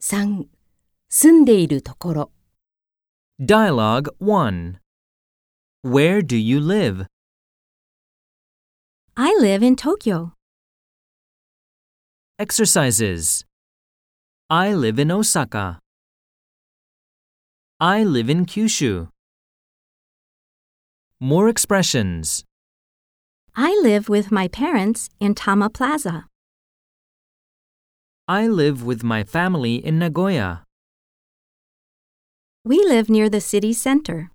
3. 住んでいるところ Dialogue 1 Where do you live? I live in Tokyo. Exercises. I live in Osaka. I live in Kyushu. More expressions. I live with my parents in Tama Plaza. I live with my family in Nagoya. We live near the city center.